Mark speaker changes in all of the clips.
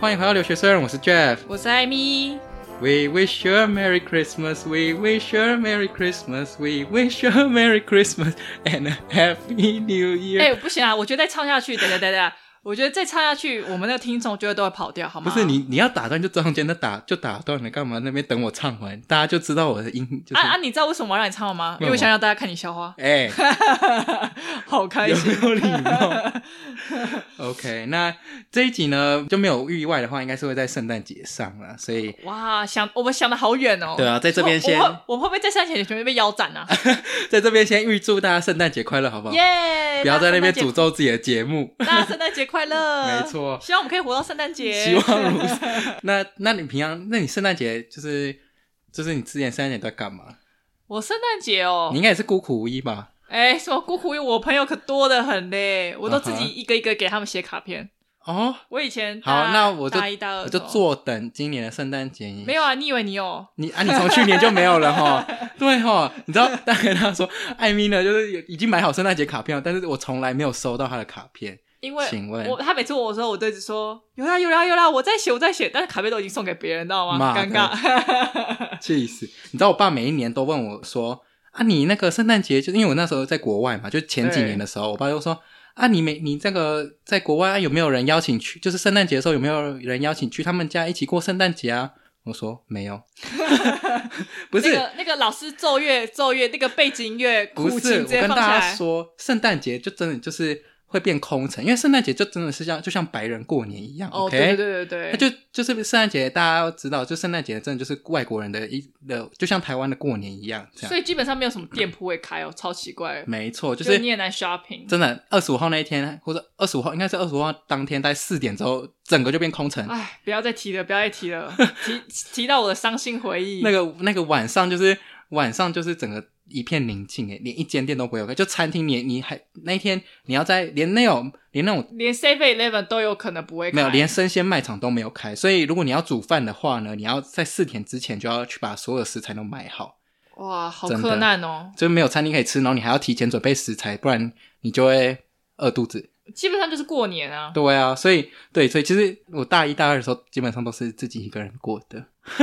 Speaker 1: 欢迎回到留学生，我是 Jeff。
Speaker 2: 我是 艾米，
Speaker 1: We wish you a Merry Christmas. We wish you a Merry Christmas. We wish you a Merry Christmas and a Happy New
Speaker 2: 哎、
Speaker 1: Year.
Speaker 2: 不行啊，我觉得再唱下去，等等等等，我觉得再唱下去，我们的听众觉得都会跑掉，好
Speaker 1: 不
Speaker 2: 吗？
Speaker 1: 是你，你要打断就中间的打就打断了，干嘛那边等我唱完，大家就知道我的音就是
Speaker 2: 啊啊！你知道为什么我让你唱吗？因为我
Speaker 1: 为什么
Speaker 2: 想让大家看你 笑话，
Speaker 1: 哎、
Speaker 2: 好开
Speaker 1: 有
Speaker 2: 心。
Speaker 1: 没有礼 貌？OK，那这一集呢就没有意外的话，应该是会在圣诞节上了，所以
Speaker 2: 哇，想我们想的好远哦。
Speaker 1: 对啊在这边先
Speaker 2: 我会我会不会在三前前面被腰斩啊？
Speaker 1: 在这边先预祝大家圣诞节快 乐，好不好？
Speaker 2: 耶！
Speaker 1: 不要在那边诅
Speaker 2: 祝，
Speaker 1: 咒自己的节目。
Speaker 2: 大家圣诞节快乐。
Speaker 1: 没错
Speaker 2: 希望我们可以活到圣诞节。
Speaker 1: 希望如此。 那那你平常，那你圣诞节就是就是你之前圣诞节都在干嘛？
Speaker 2: 我圣诞节哦
Speaker 1: 你，应该也是孤苦无依吧？
Speaker 2: 哎，什么孤苦，我朋友可多得很嘞，我都自
Speaker 1: 啊
Speaker 2: 己
Speaker 1: 哈
Speaker 2: 一个一个给他们写卡片。
Speaker 1: 哦，
Speaker 2: 我以前大
Speaker 1: 好，那我就
Speaker 2: 大一大二
Speaker 1: 我
Speaker 2: 的
Speaker 1: 就
Speaker 2: 时候
Speaker 1: 坐等今年的圣诞节。
Speaker 2: 没有啊？你以为你有？
Speaker 1: 你啊，你从去年就没有了 哈，对哈，你知道，大概他说，艾米呢，就是有已经买好圣诞节卡片了，但是我从来没有收到他的卡片。
Speaker 2: 因为
Speaker 1: 请问
Speaker 2: 我他每次问我的时候，我都一直说有啦有啦有啦，我在写我在写，但是卡片都已经送给别人，知道吗？
Speaker 1: 妈的呃
Speaker 2: 尴尬。
Speaker 1: 气死！你知道我爸每一年都问我说：“啊，你那个圣诞节，就是因为我那时候在国外嘛，就前几
Speaker 2: 对
Speaker 1: 年的时候，我爸就说：啊，你每你这个在国外、啊、有没有人邀请去？就是圣诞节的时候有没有人邀请去他们家一起过圣诞节啊？”我说：“没 有，不是。
Speaker 2: 那个那个老师奏乐奏乐，那个背景音乐，
Speaker 1: 不
Speaker 2: 苦
Speaker 1: 是，
Speaker 2: 情
Speaker 1: 我
Speaker 2: 直接
Speaker 1: 跟
Speaker 2: 放
Speaker 1: 大
Speaker 2: 下
Speaker 1: 家
Speaker 2: 来。
Speaker 1: 说，圣诞节就真的就是会变空城，因为圣诞节就真的是像就像白人过年一样。
Speaker 2: 哦，
Speaker 1: OK，
Speaker 2: 对对对对
Speaker 1: 那
Speaker 2: 对，
Speaker 1: 就就是圣诞节，大家要知道，就圣诞节真的就是外国人的一的，就像台湾的过年一样，这样。
Speaker 2: 所以基本上没有什么店铺会开哦，超奇怪，
Speaker 1: 没错，就
Speaker 2: 就是你也难 shopping。
Speaker 1: 真的二十五号那一天，或者二十五号应该是二十五号当天，在四点之后，整个就变空城。
Speaker 2: 哎，不要再提了，不要再提了， 提提到我的伤心回忆。
Speaker 1: 那个那个晚上就是晚上就是整个一片宁静，诶，连一间店都不会有开，就餐厅你你还那一天你要在连那种连那种
Speaker 2: 连 Save Eleven 都有可能不会开，
Speaker 1: 没有连生鲜卖场都没有开，所以如果你要煮饭的话呢，你要在四点之前就要去把所有食材都买好，
Speaker 2: 哇，好
Speaker 1: 真的
Speaker 2: 困难哦。
Speaker 1: 就没有餐厅可以吃，然后你还要提前准备食材，不然你就会饿肚子。
Speaker 2: 基本上就是过年啊，
Speaker 1: 对啊，所以对，所以其实我大一大二的时候，基本上都是自己一个人过的。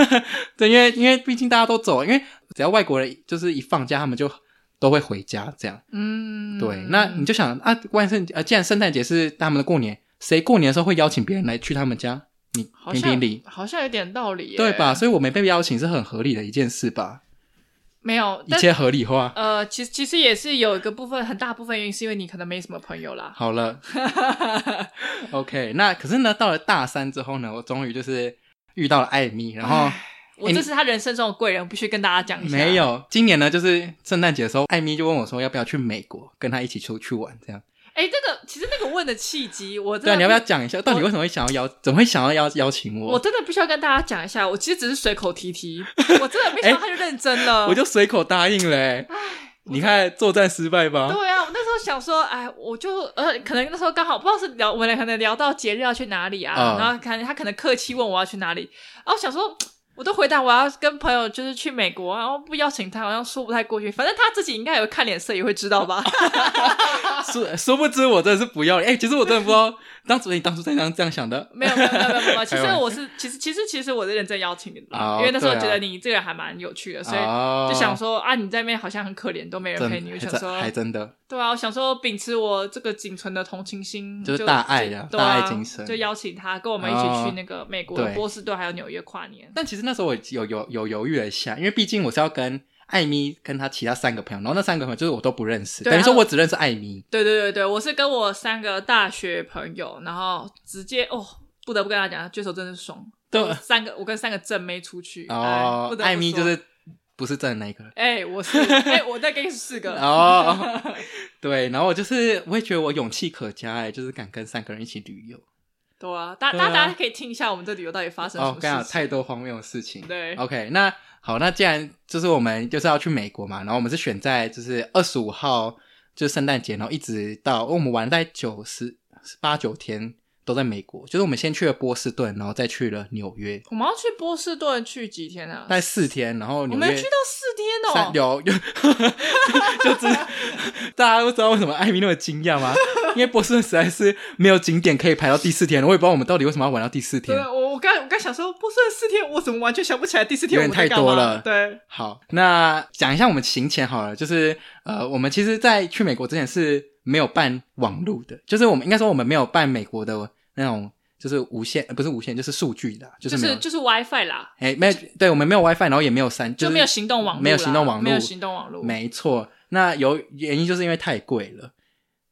Speaker 1: 对，因为因为毕竟大家都走了，因为只要外国人就是一放假，他们就都会回家这样。
Speaker 2: 嗯，
Speaker 1: 对，那你就想啊，万圣节啊，既然圣诞节是他们的过年，谁过年的时候会邀请别人来去他们家？你
Speaker 2: 好
Speaker 1: 评
Speaker 2: 像
Speaker 1: 评理，
Speaker 2: 好像有点道理耶，
Speaker 1: 对吧？？所以我没被邀请是很合理的一件事吧，
Speaker 2: 没有，
Speaker 1: 一
Speaker 2: 但
Speaker 1: 切合理化。
Speaker 2: 呃，其实其实也是有一个部分很大部分原因是因为你可能没什么朋 友啦。
Speaker 1: 好了，OK，那可是呢，到了大三之后呢，我终于就是遇到了艾米，然后。
Speaker 2: 我这是他人生中的贵人，我必须跟大家讲一下。
Speaker 1: 没，有，今年呢，就是圣诞节的时候，艾米就问我说要不要去美国，跟她一起出去玩这样。
Speaker 2: 哎，这个其实那个问的契机，我真
Speaker 1: 对
Speaker 2: 的
Speaker 1: 啊，你要不要讲一下，到底为什么会想要邀，怎么会想要邀邀请我？
Speaker 2: 我真的必须要跟大家讲一下，我其实只是随口提 提，我真的没想到他就认真了。
Speaker 1: 哎我就随口答应了、欸。你看作战失败吧？
Speaker 2: 对啊，我那时候想说，哎，我就呃，可能那时候刚好不知道是聊，我们俩可能聊到节日要去哪里啊，
Speaker 1: 嗯
Speaker 2: 然后可能他可能客气问我要去哪里，然后我想说，嗯我都回答我要跟朋友就是去美国啊，然后不邀请他好像说不太过去，反正他自己应该也会看脸色，也会知 道吧。啊
Speaker 1: 殊殊不知我真的是不要脸。哎、其实我真的不知道，当初你当初在这样这样想的。
Speaker 2: 没有没有没有没有没有，其实
Speaker 1: 开玩笑
Speaker 2: 我是其实其实其实我是认真邀请你的
Speaker 1: 哦
Speaker 2: 啦，因为那时候
Speaker 1: 对啊
Speaker 2: 觉得你这个人还蛮有趣的，所以
Speaker 1: 哦
Speaker 2: 就想说啊，你在那边好像很可怜，都没人
Speaker 1: 真
Speaker 2: 陪你，我
Speaker 1: 还
Speaker 2: 想
Speaker 1: 真
Speaker 2: 说
Speaker 1: 还真的，
Speaker 2: 对啊，我想说，秉持我这个仅存的同情心，
Speaker 1: 就是
Speaker 2: 嗯就
Speaker 1: 大爱啊
Speaker 2: 就对
Speaker 1: 大爱精神哦
Speaker 2: 就邀请他跟我们一起去那个美国
Speaker 1: 对
Speaker 2: 的波士顿还有纽约跨年。
Speaker 1: 但其实那时候我有有有犹豫了一下，因为毕竟我是要跟艾米跟她其他三个朋友，然后那三个朋友就是我都不认识，
Speaker 2: 对
Speaker 1: 等于说
Speaker 2: 然后
Speaker 1: 我只认识艾米。
Speaker 2: 对对对对，我是跟我三个大学朋友，然后直接哦，不得不跟他讲，这手真是爽。
Speaker 1: 对
Speaker 2: 我三个，我跟三个正妹出去，哎
Speaker 1: 哦
Speaker 2: 不得不，说
Speaker 1: 艾米就是不是正的那一个人。
Speaker 2: 哎、我是哎、我再给你四个，
Speaker 1: 哦， 对，然后我就是我也觉得我勇气可嘉哎，就是敢跟三个人一起旅游。
Speaker 2: 对啊，大
Speaker 1: 对啊
Speaker 2: 大大家可以听一下我们这旅游到底发生什
Speaker 1: 哦，
Speaker 2: 么
Speaker 1: 刚好
Speaker 2: 事情。
Speaker 1: 太多荒谬的事情。
Speaker 2: 对，
Speaker 1: OK，那好，那既然就是我们就是要去美国嘛，然后我们是选在就是二十五号，就是圣诞节，然后一直到我们玩在九十八九天都在美国，就是我们先去了波士顿，然后再去了纽约，
Speaker 2: 我们要去波士顿去几天啊？
Speaker 1: 待四天，然后
Speaker 2: 我
Speaker 1: 纽
Speaker 2: 们
Speaker 1: 约
Speaker 2: 去到四天 哦、
Speaker 1: 三有有就知大家都知道为什么艾米那么惊讶吗？ 因为波士顿实在是没有景点可以排到第四天了，我也不知道我们到底为什么要玩到第四
Speaker 2: 对，啊
Speaker 1: 天。
Speaker 2: 我我刚我刚想说，不算四天，我怎么完全想不起来第四天
Speaker 1: 有
Speaker 2: 我
Speaker 1: 点
Speaker 2: 们在
Speaker 1: 太
Speaker 2: 干嘛
Speaker 1: 多了
Speaker 2: 对，
Speaker 1: 好，那讲一下我们行前好了，就是呃，我们其实，在去美国之前是没有办网路的，就是我们应该说我们没有办美国的那种，就是无线、呃不是无线，就是数据的啊，就
Speaker 2: 就是
Speaker 1: 没有
Speaker 2: 是，就是 WiFi 啦，
Speaker 1: 哎、没有，对我们没有 WiFi，然后也没有三，
Speaker 2: 就是没有行动网络，
Speaker 1: 没有行动网络
Speaker 2: 没有行动网络。
Speaker 1: 没错，那有原因就是因为太贵了，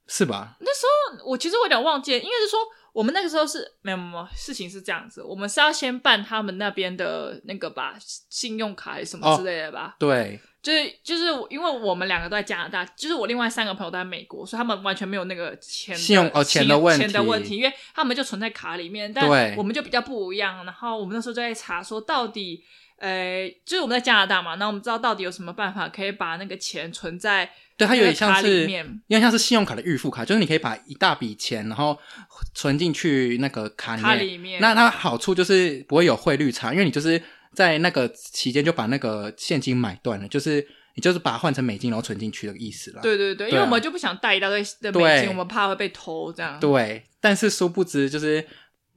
Speaker 1: 是吧？
Speaker 2: 那时候我其实我有点忘记了，应该是说我们那个时候是没有没有没有事情是这样子，我们是要先办他们那边的那个吧，信用卡还是什
Speaker 1: 哦
Speaker 2: 么之类的吧。
Speaker 1: 对，
Speaker 2: 就是就是我因为我们两个都在加拿大，就是我另外三个朋友都在美国，所以他们完全没有那个钱的
Speaker 1: 信用哦钱的问题
Speaker 2: 钱的问题，因为他们就存在卡里面，
Speaker 1: 对
Speaker 2: 但我们就比较不一样。然后我们那时候就在查说到底。呃，就是我们在加拿大嘛，那我们知道到底有什么办法可以把那个钱存在
Speaker 1: 对，它有点
Speaker 2: 那
Speaker 1: 像
Speaker 2: 个卡里
Speaker 1: 是，
Speaker 2: 面
Speaker 1: 因为像是信用卡的预付卡，就是你可以把一大笔钱，然后存进去那个卡里
Speaker 2: 卡
Speaker 1: 面。
Speaker 2: 里面。
Speaker 1: 那它好处就是不会有汇率差，因为你就是在那个期间就把那个现金买断了，就是你就是把它换成美金然后存进去的意思啦。
Speaker 2: 对对对，因
Speaker 1: 对啊
Speaker 2: 为我们就不想带一大堆的美
Speaker 1: 对
Speaker 2: 金，我们怕会被偷这样。
Speaker 1: 对但是殊不知就是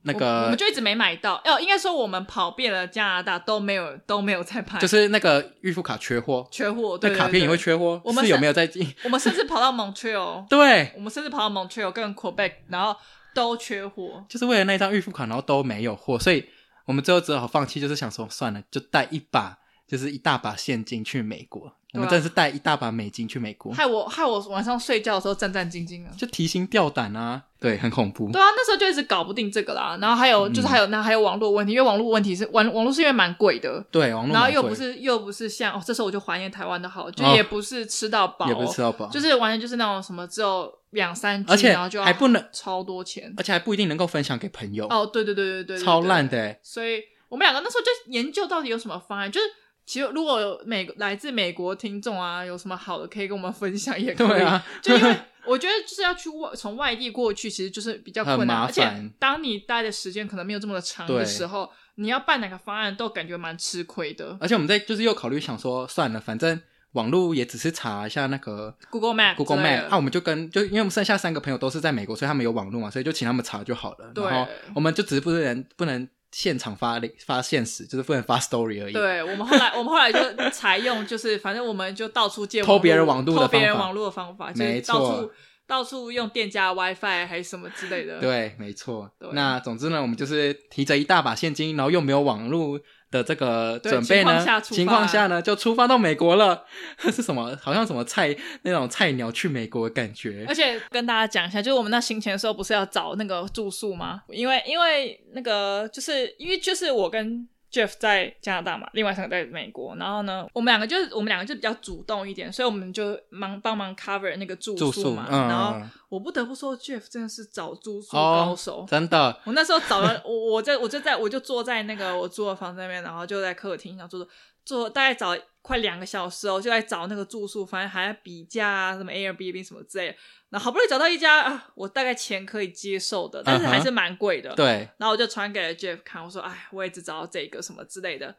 Speaker 1: 那
Speaker 2: 我啊我
Speaker 1: 个
Speaker 2: 们就一直没买到。哦，应该说我们跑遍了加拿大都没有都没有在拍，
Speaker 1: 就是那个预付卡缺货，
Speaker 2: 缺货，对
Speaker 1: 那
Speaker 2: 对
Speaker 1: 卡片也
Speaker 2: 对
Speaker 1: 会缺货，
Speaker 2: 我们
Speaker 1: 是
Speaker 2: 是
Speaker 1: 有没有在进？
Speaker 2: 我们甚至跑到 Montreal，
Speaker 1: 对，
Speaker 2: 我们甚至跑到 Montreal 跟 Quebec，然后都缺货。
Speaker 1: 就是为了那张预付卡，然后都没有货，所以我们最后只好放弃，就是想说算了，就带一把，就是一大把现金去美国。我
Speaker 2: 啊
Speaker 1: 们真的是带一大把美金去美国，
Speaker 2: 害我害我晚上睡觉的时候战战兢兢的。
Speaker 1: 就提心吊胆啊，对，很恐怖。
Speaker 2: 对啊，那时候就一直搞不定这个啦。然后
Speaker 1: 嗯
Speaker 2: 还有就是还有那还有网络问题，因为网络问题是网网络是因为蛮贵的，
Speaker 1: 对，网络
Speaker 2: 然后
Speaker 1: 买
Speaker 2: 又
Speaker 1: 贵
Speaker 2: 不是又不是像哦，这时候我就怀念台湾的好，就
Speaker 1: 哦
Speaker 2: 也不是吃到饱、
Speaker 1: 也不是吃到饱，
Speaker 2: 就是完全就是那种什么只有两三 G，
Speaker 1: 而且
Speaker 2: 然后就要
Speaker 1: 还不能，
Speaker 2: 超多钱。
Speaker 1: 而且还不一定能够分享给朋友，
Speaker 2: 哦，对对对对对对，
Speaker 1: 超
Speaker 2: 对
Speaker 1: 烂的、欸。
Speaker 2: 所以我们两个那时候就研究到底有什么方案，就是其实如果有美来自美国听众啊，有什么好的可以跟我们分享也可以。
Speaker 1: 对，啊，
Speaker 2: 就因为我觉得就是要去外从外地过去，其实就是比较困
Speaker 1: 很
Speaker 2: 难，
Speaker 1: 麻
Speaker 2: 而且
Speaker 1: 烦
Speaker 2: 当你待的时间可能没有这么的长
Speaker 1: 对
Speaker 2: 的时候，你要办哪个方案都感觉蛮吃亏的。
Speaker 1: 而且我们在就是又考虑想说，算了，反正网络也只是查一下那个
Speaker 2: Google Map、
Speaker 1: Google
Speaker 2: 之类
Speaker 1: Map，啊
Speaker 2: 的
Speaker 1: 那、我们就跟就因为我们剩下三个朋友都是在美国，所以他们有网络嘛，所以就请他们查就好了。
Speaker 2: 对
Speaker 1: 然后我们就只是不能不能现场发发现实，就是不能发 story 而已。
Speaker 2: 对我们后来，我们后来就采用，就是反正我们就到处借
Speaker 1: 偷
Speaker 2: 网络
Speaker 1: 别人网路的
Speaker 2: 偷别人
Speaker 1: 方法
Speaker 2: 网络的方法，就是
Speaker 1: 没
Speaker 2: 到
Speaker 1: 错
Speaker 2: 处到处用店家 WiFi 还是什么之类的。
Speaker 1: 对，没错
Speaker 2: 对。
Speaker 1: 那总之呢，我们就是提着一大把现金，然后又没有网络的这个
Speaker 2: 对
Speaker 1: 准备呢，
Speaker 2: 情况下出发
Speaker 1: 情况下呢，就出发到美国了。 是什么？好像什么菜那种菜鸟去美国的感觉
Speaker 2: 而。且跟大家讲一下，就是我们那行前的时候不是要找那个住宿吗？因为因为那个就是因为就是我跟 Jeff 在加拿大嘛，另外三个在美国，然后呢，我们两个就是我们两个就比较主动一点，所以我们就忙帮忙 cover 那个住
Speaker 1: 住宿
Speaker 2: 嘛。
Speaker 1: 嗯
Speaker 2: 然后
Speaker 1: 嗯
Speaker 2: 我不得不说，Jeff 真的是找住宿
Speaker 1: 哦
Speaker 2: 高手。
Speaker 1: 真的，
Speaker 2: 我那时候找了我，我在我就在我就坐在那个我租的房子那边，然后就在客厅，然后坐坐大概找快两个小时哦，就在找那个住宿，反正还在比价啊，什么 Airbnb 什么之类的。然后好不容易找到一家啊，我大概钱可以接受的，但是
Speaker 1: 嗯哼
Speaker 2: 还是蛮贵的。
Speaker 1: 对
Speaker 2: 然后我就传给了 Jeff 看，我说：“哎，我也只找到这个什么之类的。”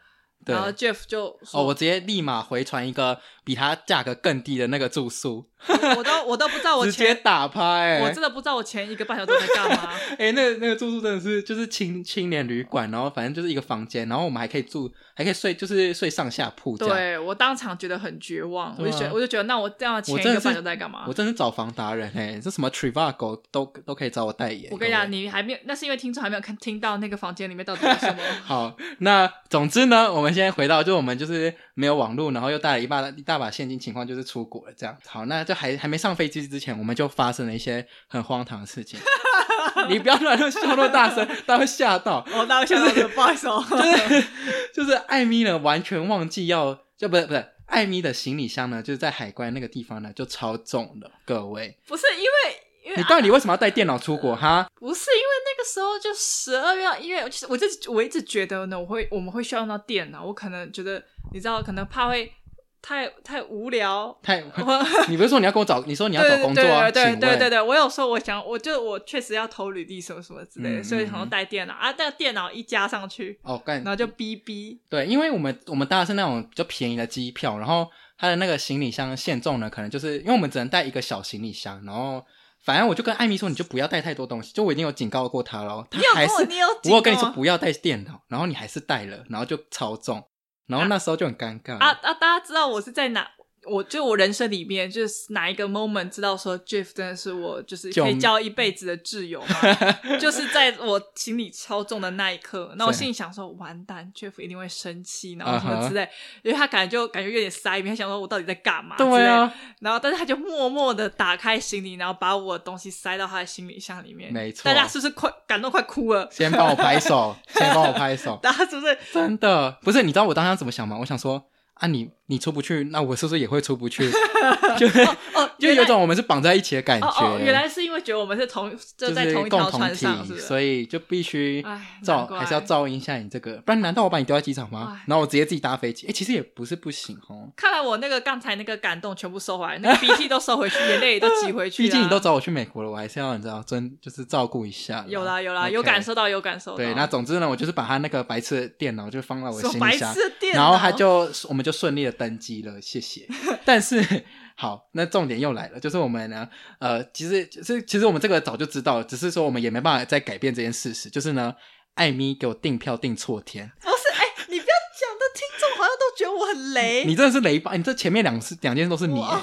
Speaker 1: 对
Speaker 2: 然。后 Jeff 就说：“
Speaker 1: 哦，我直接立马回传一个比它价格更低的那个住宿，
Speaker 2: 我我都我都不知道哦我
Speaker 1: 直接
Speaker 2: 前
Speaker 1: 打趴哎、
Speaker 2: 我真的不知道我前一个半小时在干 嘛。”
Speaker 1: 哎、那个那个住宿真的是就是青青年旅馆，然后反正就是一个房间，然后我们还可以住，还可以睡，就是睡上下铺这样。
Speaker 2: 对我当场觉得很绝望，我
Speaker 1: 对啊
Speaker 2: 就觉得我就觉得那我这样前
Speaker 1: 我
Speaker 2: 一
Speaker 1: 真
Speaker 2: 个
Speaker 1: 的是
Speaker 2: 半小时在干嘛
Speaker 1: 我？真是找房达人哎、这什么 Trivago 都都可以找我代言。
Speaker 2: 我跟你
Speaker 1: 各位。
Speaker 2: 讲，你还没有，那是因为听众还没有看听到那个房间里面到底有什么
Speaker 1: 好，那总之呢，我们现在回到，就我们就是没有网络，然后又带了一大一大把现金，情况就是出国了这样。好，那就还还没上飞机之前，我们就发生了一些很荒唐的事情。 你不要乱笑那么大声，他会吓到。
Speaker 2: 我当时 就是不好意思哦，
Speaker 1: 就是艾米呢，完全忘记要，就不是不是，艾米的行李箱呢，就是在海关那个地方呢，就超重了。各位，
Speaker 2: 不是因为因为
Speaker 1: 你到底为什么要带电脑出国哈？
Speaker 2: 不是因为那个时候就十二月，因为其实我这我一直觉得呢，我会我们会需要用到电脑，我可能觉得你知道，可能怕会太太无聊。
Speaker 1: 太，
Speaker 2: 我
Speaker 1: 你不是说你要给我找，你 说你要找工作啊？
Speaker 2: 对 对对
Speaker 1: 请
Speaker 2: 对
Speaker 1: 问
Speaker 2: 对对，我有时候我想，我就我确实要投履历什么什么之类的，
Speaker 1: 嗯
Speaker 2: 所以
Speaker 1: 嗯
Speaker 2: 想要
Speaker 1: 嗯
Speaker 2: 带电脑啊，但电脑一加上去，
Speaker 1: 哦，干
Speaker 2: 然，后就逼逼，
Speaker 1: 对，因为我们我们搭的是那种比较便宜的机票，然后它的那个行李箱限重呢，可能就是因为我们只能带一个小行李箱，然后反正我就跟艾米说，你就不要带太多东西。就我已经有警告过他了，他哦
Speaker 2: 你有
Speaker 1: 还
Speaker 2: 跟我，
Speaker 1: 是
Speaker 2: 你有警
Speaker 1: 我有跟你
Speaker 2: 告
Speaker 1: 说
Speaker 2: 吗
Speaker 1: 不要带电脑，然后你还是带了，然后就超重，然后那时候就很尴尬。
Speaker 2: 啊啊！大家知道我是在哪？我就我人生里面就是哪一个 moment 知道说 Jeff 真的是我就是
Speaker 1: 救
Speaker 2: 可以
Speaker 1: 命
Speaker 2: 交一辈子的挚友 吗？就是在我行李超重的那一刻，那我
Speaker 1: 对
Speaker 2: 心里想说完蛋，Jeff 一定会生气，然后什
Speaker 1: 啊
Speaker 2: 么
Speaker 1: 哈
Speaker 2: 之类因为他感觉就感觉有点塞因为他想说我到底在干嘛？
Speaker 1: 对啊，，
Speaker 2: 然后但是他就默默的打开行李，然后把我的东西塞到他的行李箱里面。
Speaker 1: 没错
Speaker 2: 大家是不是快感动快哭了？
Speaker 1: 先帮我拍手，先帮我拍 手，
Speaker 2: 大家是不是
Speaker 1: 真的不是？你知道我当时怎么想吗？我想说啊你，你出不去，那我是不是也会出不去？ 就
Speaker 2: 哦？
Speaker 1: 就
Speaker 2: 原来
Speaker 1: 有种我们是绑在一起的感觉。
Speaker 2: 哦哦，原来是因为觉得我们是同就在
Speaker 1: 是
Speaker 2: 同一
Speaker 1: 共
Speaker 2: 条
Speaker 1: 同
Speaker 2: 船上，是
Speaker 1: 体，
Speaker 2: 不是？
Speaker 1: 所以就必须
Speaker 2: 哎
Speaker 1: 照
Speaker 2: 难怪
Speaker 1: 还是要照应一下你这个，不然难道我把你丢在机场吗
Speaker 2: 哎？
Speaker 1: 然后我直接自己搭飞机？哎，其实也不是不行哦。
Speaker 2: 看来我那个刚才那个感动全部收回来，那 个鼻涕都收回去，眼泪也都挤回去啦。啊
Speaker 1: 毕竟你 都找我去美国了，我还是要你知道，真就是照顾一下。
Speaker 2: 有啦有啦
Speaker 1: OK
Speaker 2: 有感。受到有感受到。
Speaker 1: 对，那总之呢，我就是把他那个白痴的电脑就放到我
Speaker 2: 什
Speaker 1: 行
Speaker 2: 么
Speaker 1: 李
Speaker 2: 白
Speaker 1: 箱，
Speaker 2: 痴的电脑，
Speaker 1: 然后他就我们就顺利的登机了，谢 谢。但是好，那重点又来了，就是我们呢，呃，其实是其实我们这个早就知道了，只是说我们也没办法再改变这件事实，就是呢，艾米给我订票订错天，
Speaker 2: 不是哎，你不要讲的，听众好像都觉得我很雷。
Speaker 1: 你真的是雷吧？你这前面两次两件事都是你欸
Speaker 2: 我，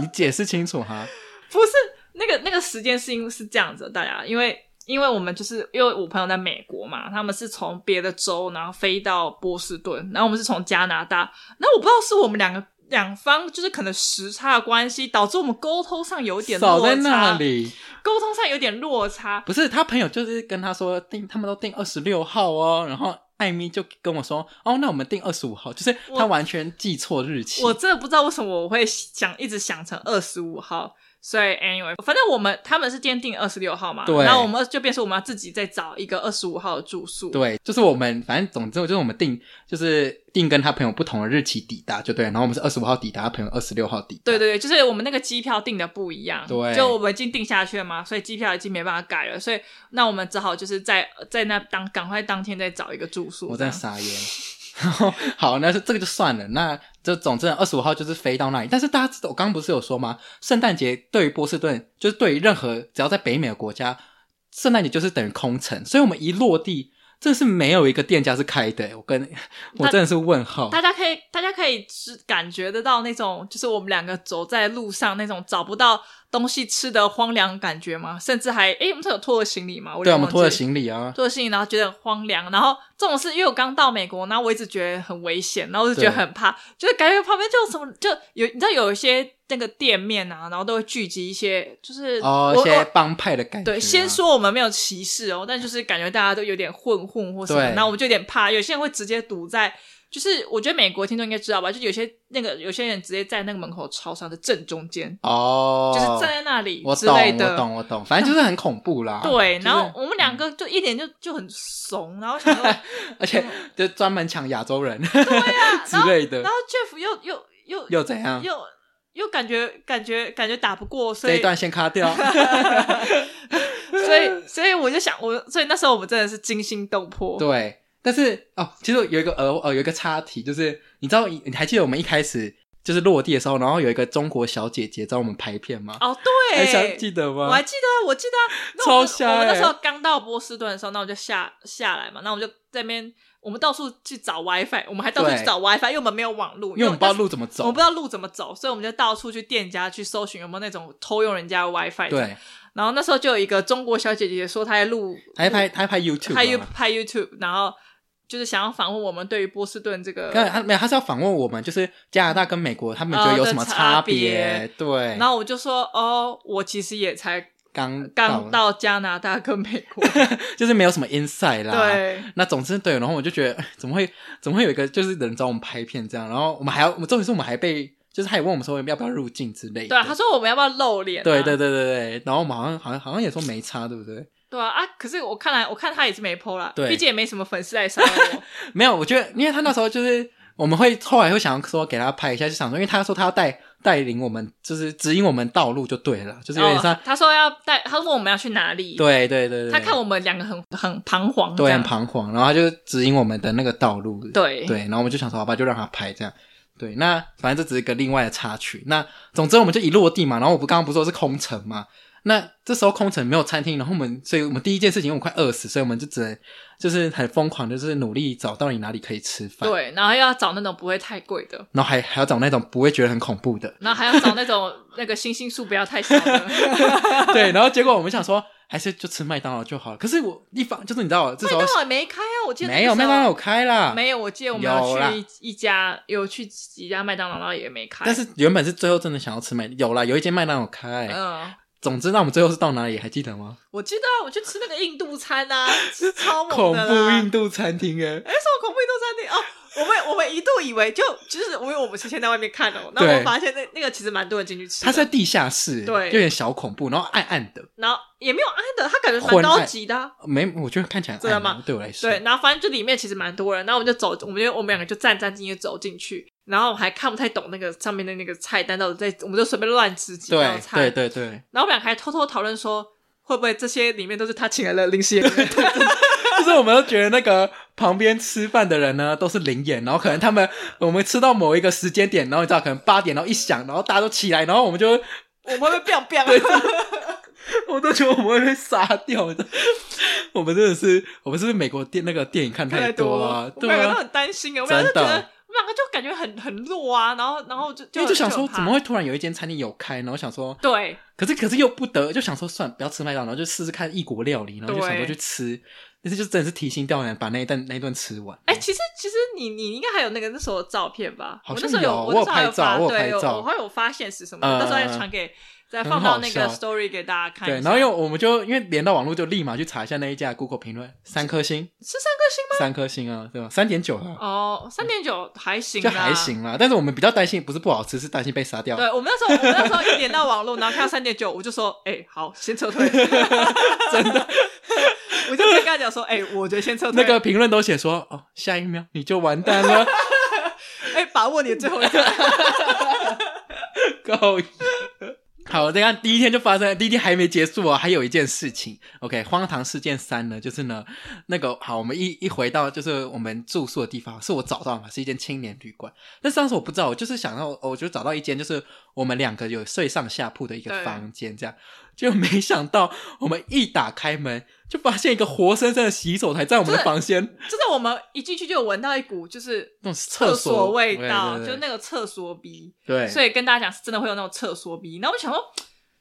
Speaker 1: 你解释清楚哈。
Speaker 2: 不是那个那个时间是因为是这样子的，大家因为因为我们就是因为我朋友在美国嘛，他们是从别的州然后飞到波士顿，然后我们是从加拿大，那我不知道是我们两个两方就是可能时差的关系，导致我们沟通上有点落
Speaker 1: 少
Speaker 2: 差，
Speaker 1: 在那里，
Speaker 2: 沟通上有点落差。
Speaker 1: 不是他朋友就是跟他说订，他们都订二十六号哦，然后艾米就跟我说，哦，那我们订二十五号，就是他
Speaker 2: 我
Speaker 1: 完全记错日期。
Speaker 2: 我真的不知道为什么我会想一直想成二十五号，所以 anyway，反正我们他们是坚定二十六号嘛，
Speaker 1: 对
Speaker 2: 然后我们就变成我们要自己再找一个二十五号的住宿，
Speaker 1: 对，就是我们反正总之就是我们定就是定跟他朋友不同的日期抵达就对，然后我们是二十五号抵达，他朋友二十六号抵达。
Speaker 2: 对对对，就是我们那个机票订的不一样，
Speaker 1: 对
Speaker 2: 就我们已经订下去了嘛，所以机票已经没办法改了，所以那我们只好就是在在那当赶快当天再找一个住宿。
Speaker 1: 我
Speaker 2: 这
Speaker 1: 真
Speaker 2: 样
Speaker 1: 的傻眼。然后好，那是这个就算了。那这总之二十五号就是飞到那里，但是大家知道我刚刚不是有说吗？圣诞节对于波士顿，就是对于任何只要在北美的国家，圣诞节就是等于空城，所以我们一落地，真的是没有一个店家是开的。欸我跟我真的是问号。
Speaker 2: 大家可以，大家可以只感觉得到那种，就是我们两个走在路上那种找不到东西吃的荒凉感觉吗？甚至还，诶，我们是有拖着行李吗？我有
Speaker 1: 对，啊
Speaker 2: 点
Speaker 1: 我们
Speaker 2: 忘
Speaker 1: 拖着
Speaker 2: 记
Speaker 1: 行李啊，
Speaker 2: 做事情，然后觉得很荒凉，然后这种事，因为我刚到美国，然后我一直觉得很危险，然后我就觉得很怕，就是感觉旁边就有什么，就有你知道有一些那个店面啊，然后都会聚集一些，就是
Speaker 1: 哦，一
Speaker 2: 我
Speaker 1: 些
Speaker 2: 我
Speaker 1: 帮派的感觉啊、
Speaker 2: 对，先说我们没有歧视哦，但就是感觉大家都有点混混或什么，
Speaker 1: 对
Speaker 2: 然后我们就有点怕，有些人会直接堵在。就是我觉得美国听众应该知道吧，就有些那个有些人直接在那个门口超商的正中间，
Speaker 1: 哦，
Speaker 2: 就是站在那里
Speaker 1: 我
Speaker 2: 之
Speaker 1: 懂，
Speaker 2: 类的。
Speaker 1: 我懂，我懂，反正就是很恐怖啦。
Speaker 2: 对，
Speaker 1: 就是嗯
Speaker 2: 然后我们两个就一点就就很怂，然后想说，
Speaker 1: 而且就专门抢亚洲人
Speaker 2: 啊
Speaker 1: 之
Speaker 2: 然后
Speaker 1: 类的
Speaker 2: 然，后 Jeff 又又又
Speaker 1: 又怎样？
Speaker 2: 又又感觉感觉感觉打不过，所
Speaker 1: 这一
Speaker 2: 以
Speaker 1: 段先卡掉。
Speaker 2: 所以所以我就想，我所以那时候我们真的是惊心动魄。
Speaker 1: 对，但是哦，其实有一个呃呃有一个插题，就是你知道你你还记得我们一开始就是落地的时候，然后有一个中国小姐姐找我们拍片吗？
Speaker 2: 哦，
Speaker 1: 还想
Speaker 2: 对，
Speaker 1: 记得
Speaker 2: 我
Speaker 1: 吗
Speaker 2: 还？记得啊，我记得啊，那我们
Speaker 1: 超瞎
Speaker 2: 我们那
Speaker 1: 欸
Speaker 2: 时候刚到波士顿的时候，那我就下下来嘛，那我们就在那边，我们到处去找 WiFi，我们还到处
Speaker 1: 对
Speaker 2: 去找 WiFi，因为我们没有网路，
Speaker 1: 因为我们不知道
Speaker 2: 但是
Speaker 1: 路怎么
Speaker 2: 我们
Speaker 1: 走
Speaker 2: 不。知道路怎么走，所以我们就到处去店家去搜寻有没有那种偷用人家的 WiFi。，
Speaker 1: 对，
Speaker 2: 然后那时候就有一个中国小姐姐说她在录
Speaker 1: 还拍还拍 YouTube
Speaker 2: 拍 You
Speaker 1: 嘛。
Speaker 2: 拍 YouTube，然后就是想要访问我们对于波士顿这个，
Speaker 1: 刚才他没有，他是要访问我们，就是加拿大跟美国，他们
Speaker 2: 哦
Speaker 1: 觉得有
Speaker 2: 的
Speaker 1: 什么
Speaker 2: 差别
Speaker 1: 别？对
Speaker 2: 然，后我就说哦，我其实也才
Speaker 1: 刚
Speaker 2: 刚到加拿大跟美 国，
Speaker 1: 就是没有什么 insight 啦。
Speaker 2: 对，
Speaker 1: 那总之对，然后我就觉得哎怎么会怎么会有一个就是人找我们拍片这样，然后我们还要，我们重点是我们还被就是他也问我们说要不要入境之类的。
Speaker 2: 对啊，他说我们要不要露脸、啊？
Speaker 1: 对对对对对，然后我们好像好像好像也说没差，对不对？
Speaker 2: 对啊啊！可是我看来，我看他也是没 PO 啦，
Speaker 1: 对
Speaker 2: 毕竟也没什么粉丝 来骚扰我。
Speaker 1: 没有，我觉得因为他那时候就是我们会后来会想要说给他拍一下，就想说因为他说他要带带领我们，就是指引我们道路就对了，就是有点像、
Speaker 2: 哦他说要带，他问我们要去哪里，
Speaker 1: 对对对对，
Speaker 2: 他看我们两个很很彷徨，
Speaker 1: 对很
Speaker 2: 这样
Speaker 1: 彷徨，然后他就指引我们的那个道路，
Speaker 2: 对
Speaker 1: 对，然后我们就想说，好吧，就让他拍这样。对，那反正这只是一个另外的插曲。那总之我们就一落地嘛，然后我不刚刚不是说是空城嘛，那这时候空城没有餐厅，然后我们，所以我们第一件事情，因为我快饿死，所以我们就只能就是很疯狂，就是努力找到你哪里可以吃饭，，
Speaker 2: 对，然后要找那种不会太贵的，，
Speaker 1: 然后还还要找那种不会觉得很恐怖的
Speaker 2: 然后还要找那种那个星星数不要太少的。
Speaker 1: 对，然后结果我们想说，还是就吃麦当劳就好了。可是我一方就是你知道，这时候
Speaker 2: 麦当劳也没开啊，我记得那个
Speaker 1: 没有
Speaker 2: 时候
Speaker 1: 麦当劳有开啦，
Speaker 2: 没有，我记得我们
Speaker 1: 啊有啦
Speaker 2: 去一一家有去几家麦当劳，然后也没开。
Speaker 1: 但是原本是最后真的想要吃麦，有啦，有一间麦当劳有开。
Speaker 2: 嗯，
Speaker 1: 总之，那我们最后是到哪里还记得吗？
Speaker 2: 我记得啊我去吃那个印度餐啊，吃超猛
Speaker 1: 恐
Speaker 2: 的
Speaker 1: 怖
Speaker 2: 啦
Speaker 1: 印。度餐厅哎，
Speaker 2: 哎，什么恐怖印度餐厅哦？我们我们一度以为就就是因为我们之前在外面看哦，然后
Speaker 1: 对
Speaker 2: 我发现那那个其实蛮多人进去吃的，
Speaker 1: 它是在地下室，欸
Speaker 2: 对
Speaker 1: 有点小恐怖，然后暗暗的，
Speaker 2: 然后也没有暗的，他感觉蛮
Speaker 1: 昏暗
Speaker 2: 高级的啊、
Speaker 1: 没，我觉得看起来很
Speaker 2: 真的
Speaker 1: 暗
Speaker 2: 吗？
Speaker 1: 对我来说，
Speaker 2: 对，然后反正就里面其实蛮多人，然后我们就走，我们就我们两个就战战兢兢地走进去，然后我们还看不太懂那个上面的那个菜单到底在，我们就随便乱吃几道
Speaker 1: 对
Speaker 2: 菜，
Speaker 1: 对对对，
Speaker 2: 然后我们两个还偷偷讨论说，会不会这些里面都是他请来的临时演员？
Speaker 1: 就是我们都觉得那个旁边吃饭的人呢都是灵眼，然后可能他们我们吃到某一个时间点，然后你知道可能八点，然后一响，然后大家都起来，然后我们就
Speaker 2: 我们会啊不会 biang biang？
Speaker 1: 我都觉得我们会被杀掉，你知道我们真的是我们是不是美国电那个电影看
Speaker 2: 太
Speaker 1: 太多啊
Speaker 2: 了？我
Speaker 1: 对
Speaker 2: 们两个都
Speaker 1: 啊
Speaker 2: 很，担心啊，我们两个就
Speaker 1: 真
Speaker 2: 觉
Speaker 1: 的
Speaker 2: 得，我们两个就感觉很很弱啊，然后然后就
Speaker 1: 因
Speaker 2: 就
Speaker 1: 为就想
Speaker 2: 很
Speaker 1: 说
Speaker 2: 怕
Speaker 1: 怎么会突嗯然有一间餐厅有开，然后想说
Speaker 2: 对，
Speaker 1: 可是可是又不得，就想说算了不要吃麦当劳，就试试看异国料理，然后就
Speaker 2: 对
Speaker 1: 想说去吃，但是就真的是提心吊胆把那一顿那一顿吃完。
Speaker 2: 哎、其实其实你你应该还有那个那时候的照片吧？
Speaker 1: 好
Speaker 2: 我
Speaker 1: 像
Speaker 2: 那时候
Speaker 1: 有我
Speaker 2: 我那
Speaker 1: 有
Speaker 2: 时候还
Speaker 1: 拍照
Speaker 2: 发
Speaker 1: 我有
Speaker 2: 对
Speaker 1: 拍照
Speaker 2: 我会有发现是什么的，
Speaker 1: 嗯
Speaker 2: 到时候再
Speaker 1: 嗯嗯
Speaker 2: 传给，再
Speaker 1: 很
Speaker 2: 放到
Speaker 1: 好
Speaker 2: 那个
Speaker 1: 笑
Speaker 2: story 给大家看一下。
Speaker 1: 对，然后因为我们就因为连到网络，就立马去查一下那一家 Google 评论，三颗星，
Speaker 2: 是三颗星
Speaker 1: 三颗星啊，对吧？三点九啊，
Speaker 2: 吗？哦，三点九还行，
Speaker 1: 就还。行啊啦。但是我们比较担心，不是不好吃，是担心被杀掉。
Speaker 2: 对我们那时候，我们那时候一点到网络，然后看到三点九，我就说，哎、好，先 撤退。真的，我就直接跟他讲说，哎、我觉得先撤退。
Speaker 1: 那个，评论都写说，哦，下一秒你就完蛋了，
Speaker 2: 哎、把握你的最后 一个。
Speaker 1: 够。 好，这样第一天就发生了，第一天还没结束哦，还有一件事情。OK，荒唐事件三呢，就是呢，那个好，我们一一回到就是我们住宿的地方，是我找到的嘛，是一间青年旅馆。但是当时我不知道，我就是想到，我就找到一间就是我们两个有睡上下铺的一
Speaker 2: 对
Speaker 1: 个房间，这样就没想到我们一打开门，就发现一个活生生的洗手台在我们的房间，
Speaker 2: 就是我们一进去就有闻到一股就是
Speaker 1: 那种
Speaker 2: 厕
Speaker 1: 厕
Speaker 2: 所味道，
Speaker 1: 对对对
Speaker 2: 就那个厕所鼻。
Speaker 1: 对，
Speaker 2: 所以跟大家讲，是真的会有那种厕所鼻。然后我想说，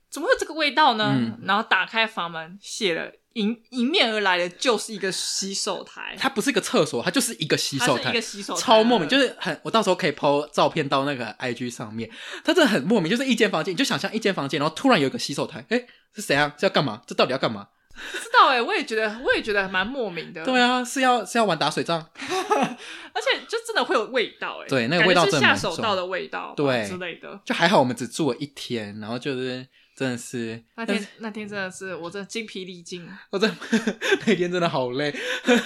Speaker 2: 怎么会有这个味道呢？
Speaker 1: 嗯
Speaker 2: 然后打开房门，谢了，迎迎面而来的就是一个洗手台，
Speaker 1: 它不是一个厕所，它就是一个洗
Speaker 2: 它
Speaker 1: 手
Speaker 2: 是一
Speaker 1: 台
Speaker 2: 个。洗手台，
Speaker 1: 超莫名，就是很，我到时候可以 PO 照片到那个 IG 上面。它真的很莫名，就是一间房间，你就想象一间房间，然后突然有一个洗手台，哎，是谁啊？是要干嘛？这到底要干嘛？
Speaker 2: 不知道哎、我也觉得，我也觉得蛮莫名的。
Speaker 1: 对啊，是要是要玩打水仗？
Speaker 2: 而且就真的会有味道哎、
Speaker 1: 对那个
Speaker 2: 感觉
Speaker 1: 味道
Speaker 2: 是
Speaker 1: 真的
Speaker 2: 下
Speaker 1: 蛮
Speaker 2: 手
Speaker 1: 重
Speaker 2: 到的味道吧，
Speaker 1: 对
Speaker 2: 之类的。
Speaker 1: 就还好我们只住了一天，然后就是真的是
Speaker 2: 那天那天真的是我真的精疲力尽，
Speaker 1: 我真 那天真的好累，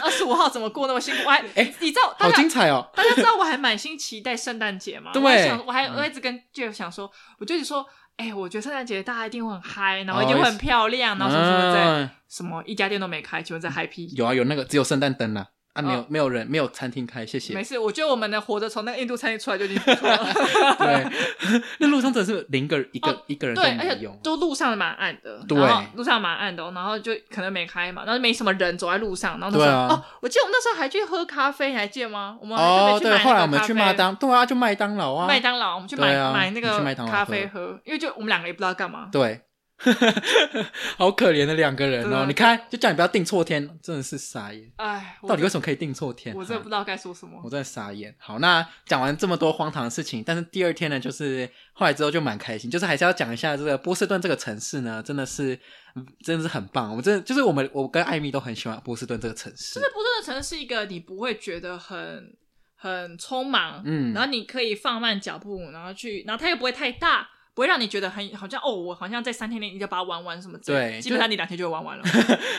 Speaker 2: 二十五号怎么过那么辛苦？我还
Speaker 1: 哎
Speaker 2: 你知道大
Speaker 1: 好
Speaker 2: 家
Speaker 1: 精彩哦！
Speaker 2: 大家知道我还满心期待圣诞节嘛？
Speaker 1: 对
Speaker 2: 我还想我还
Speaker 1: 嗯
Speaker 2: 我一直跟 Jeff 想说，我就一直说，哎、我觉得圣诞节大家一定会很嗨，然后
Speaker 1: 哦
Speaker 2: 一定会很漂亮，然后什么什么在、
Speaker 1: 嗯
Speaker 2: 什么一家店都没开，请问在 Happy？
Speaker 1: 有啊，有那个只有圣诞灯啦，啊，没有、
Speaker 2: 哦
Speaker 1: 没有人没有餐厅开，谢谢
Speaker 2: 没。事，我觉得我们能活着从那个印度餐厅出来就已经不错了。
Speaker 1: 对，那路上真的是零个一个、
Speaker 2: 哦
Speaker 1: 一个人都
Speaker 2: 对，而
Speaker 1: 没
Speaker 2: 且
Speaker 1: 有。
Speaker 2: 都路上蛮暗的，
Speaker 1: 对
Speaker 2: 然后路上蛮暗的哦、然后就可能没开嘛，然后没什么人走在路上，然后那时
Speaker 1: 对
Speaker 2: 候、
Speaker 1: 啊
Speaker 2: 哦，我记得我们那时候还去喝咖啡，你还记得吗？我们还
Speaker 1: 哦，
Speaker 2: 特别去买
Speaker 1: 对，后来我
Speaker 2: 那个
Speaker 1: 们
Speaker 2: 咖
Speaker 1: 去
Speaker 2: 啡
Speaker 1: 麦当，对啊，就麦当劳啊，
Speaker 2: 麦当劳，我们去买、
Speaker 1: 对啊
Speaker 2: 买那
Speaker 1: 我们
Speaker 2: 个
Speaker 1: 去麦当劳
Speaker 2: 咖啡喝，因为就我们两个也不知道干嘛，
Speaker 1: 对， 好可怜的两个人
Speaker 2: 对
Speaker 1: 哦！
Speaker 2: 啊
Speaker 1: 你看，就叫你不要订错天，真的是傻眼。
Speaker 2: 哎，我
Speaker 1: 到底为什么可以订错天？
Speaker 2: 我真的
Speaker 1: 啊
Speaker 2: 不知道该说什么
Speaker 1: 我。真的傻眼。好，那讲完这么多荒唐的事情，但是第二天呢，就是后来之后就蛮开心，就是还是要讲一下这个波士顿这个城市呢，真的是嗯真的是很棒。我们真的就是我们我跟艾米都很喜欢波士顿这个城市
Speaker 2: 这。波士顿城市是一个你不会觉得很很匆忙，
Speaker 1: 嗯
Speaker 2: 然后你可以放慢脚步，然后去，然后它又不会太大，不会让你觉得很好像哦，我好像在三天内你就把它玩完什么之类的，
Speaker 1: 对
Speaker 2: 基本
Speaker 1: 就
Speaker 2: 上你两天就会玩完了。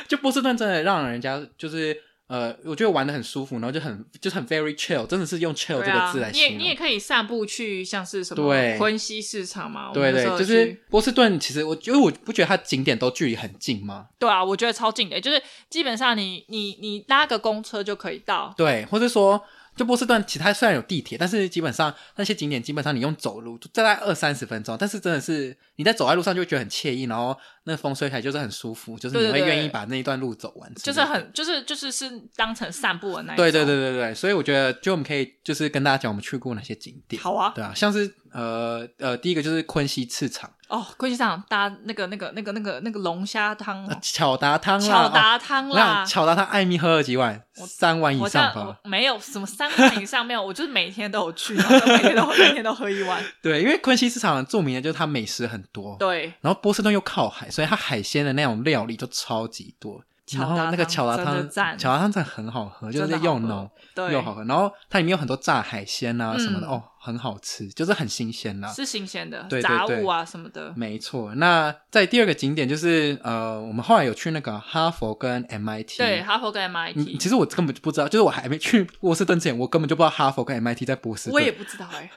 Speaker 1: 就波士顿真的让人家就是呃，我觉得玩的很舒服，然后就很就是很 very chill，真的是用 chill
Speaker 2: 对
Speaker 1: 这个
Speaker 2: 啊
Speaker 1: 字来，
Speaker 2: 你也
Speaker 1: 形容。
Speaker 2: 你也可以散步去像是什么
Speaker 1: 对
Speaker 2: 昆西市场嘛，我
Speaker 1: 对
Speaker 2: 们那
Speaker 1: 对
Speaker 2: 时候，
Speaker 1: 就
Speaker 2: 去
Speaker 1: 是波士顿，其实我因为我不觉得它景点都距离很近嘛，
Speaker 2: 对啊，我觉得超近的，就是基本上你你你拉个公车就可以到，
Speaker 1: 对，或者说就波士顿，其实它虽然有地铁，但是基本上那些景点基本上你用走路就大概二三十分钟，但是真的是你在走在路上就会觉得很惬意，然后那风吹起来就是很舒服，就是
Speaker 2: 对
Speaker 1: 你会
Speaker 2: 对对
Speaker 1: 愿意把那一段路走完之类的，
Speaker 2: 就是很就是就是是当成散步的那一
Speaker 1: 对对
Speaker 2: 种
Speaker 1: 对对对，所以我觉得就我们可以就是跟大家讲我们去过哪些景点，
Speaker 2: 好啊
Speaker 1: 对啊，像是呃呃第一个就是昆西市场，
Speaker 2: 哦，桂溪上搭那个那个那个那个那个龙虾汤、哦
Speaker 1: 呃巧达汤啦，
Speaker 2: 巧
Speaker 1: 哦
Speaker 2: 达汤
Speaker 1: 我想
Speaker 2: 啦，
Speaker 1: 巧达汤艾米喝了几碗，
Speaker 2: 我
Speaker 1: 三碗以
Speaker 2: 我这
Speaker 1: 上
Speaker 2: 样
Speaker 1: 吧。
Speaker 2: 我没有什么三碗以上没有，我就是每天都有去，然后每天都每天都喝一碗。
Speaker 1: 对，因为昆西市场著名的就是它美食很多，
Speaker 2: 对，
Speaker 1: 然后波士顿又靠海，所以它海鲜的那种料理就超级多。
Speaker 2: 巧
Speaker 1: 然
Speaker 2: 达汤
Speaker 1: 后那个巧达
Speaker 2: 真的
Speaker 1: 汤，
Speaker 2: 赞
Speaker 1: 巧达汤真的很好喝，就是
Speaker 2: 真的好
Speaker 1: 又
Speaker 2: 喝
Speaker 1: 浓
Speaker 2: 对，
Speaker 1: 又好喝。然后它里面有很多炸海鲜啊什么的，
Speaker 2: 嗯
Speaker 1: 哦，很好吃，就是很新鲜啦、
Speaker 2: 是新鲜的
Speaker 1: 啊对对
Speaker 2: 杂
Speaker 1: 对
Speaker 2: 物啊什么的。
Speaker 1: 没错，那在第二个景点就是呃，我们后来有去那个哈佛跟 MIT。
Speaker 2: 对，哈佛跟
Speaker 1: 你
Speaker 2: MIT，
Speaker 1: 其实我根本就不知道，就是我还没去波士顿之前，我根本就不知道哈佛跟 MIT 在波士顿。
Speaker 2: 我也不知道哎、